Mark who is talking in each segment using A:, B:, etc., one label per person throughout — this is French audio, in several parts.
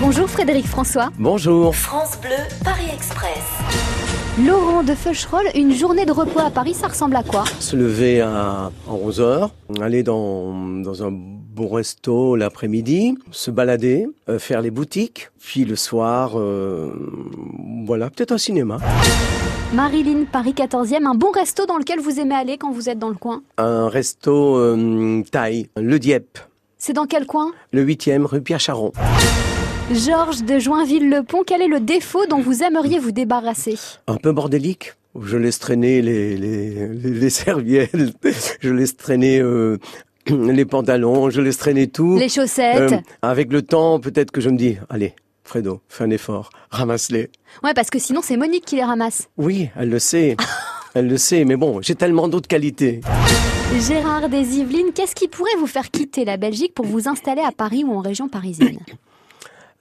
A: Bonjour Frédéric François.
B: Bonjour.
C: France Bleu, Paris Express.
A: Laurent de Feucherolles, une journée de repos à Paris, ça ressemble à quoi
B: Se lever à 11h, aller dans, dans un bon resto l'après-midi, se balader, euh, faire les boutiques, puis le soir, euh, voilà, peut-être un cinéma.
A: Marilyn, Paris 14e, un bon resto dans lequel vous aimez aller quand vous êtes dans le coin.
B: Un resto euh, thaï, le Dieppe,
A: C'est dans quel coin
B: le 8e rue Pierre Charon.
A: Georges de Joinville-le-Pont, quel est le défaut dont vous aimeriez vous débarrasser
B: Un peu bordélique. Je laisse traîner les, les, les- les serviettes, je laisse traîner euh, les pantalons, je laisse traîner tout.
A: Les chaussettes
B: Euh, avec le temps, peut-être que je me dis, allez, Fredo, fais un effort, ramasse-les.
A: Ouais, parce que sinon c'est Monique qui les ramasse.
B: Oui, elle le sait. Elle le sait, mais bon, j'ai tellement d'autres qualités.
A: Gérard des Yvelines, qu'est-ce qui pourrait vous faire quitter la Belgique pour vous installer à Paris ou en région parisienne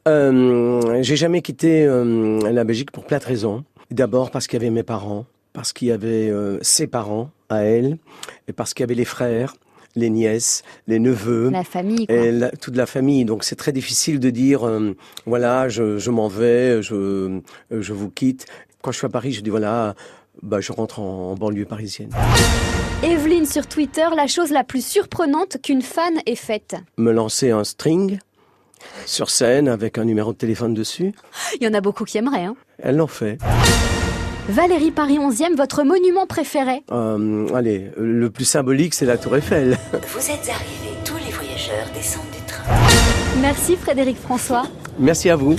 B: Euh, j'ai jamais quitté euh, la Belgique pour plein de raisons. D'abord parce qu'il y avait mes parents, parce qu'il y avait euh, ses parents à elle, et parce qu'il y avait les frères, les nièces, les neveux.
A: La famille, quoi.
B: Et la- toute la famille, donc c'est très difficile de dire euh, voilà je, je m'en vais, je euh, je vous quitte. Quand je suis à Paris, je dis voilà bah je rentre en- en banlieue parisienne.
A: Evelyne sur Twitter, la chose la plus surprenante qu'une fan ait faite.
B: me lancer un string sur scène avec un numéro de téléphone dessus.
A: Il y en a beaucoup qui aimeraient. Hein.
B: Elle l'en fait.
A: Valérie Paris 11e, votre monument préféré
B: Euh, allez, le plus symbolique, c'est la Tour Eiffel.
C: Vous êtes arrivés, tous les voyageurs descendent du train.
A: Merci Frédéric François.
B: Merci à vous.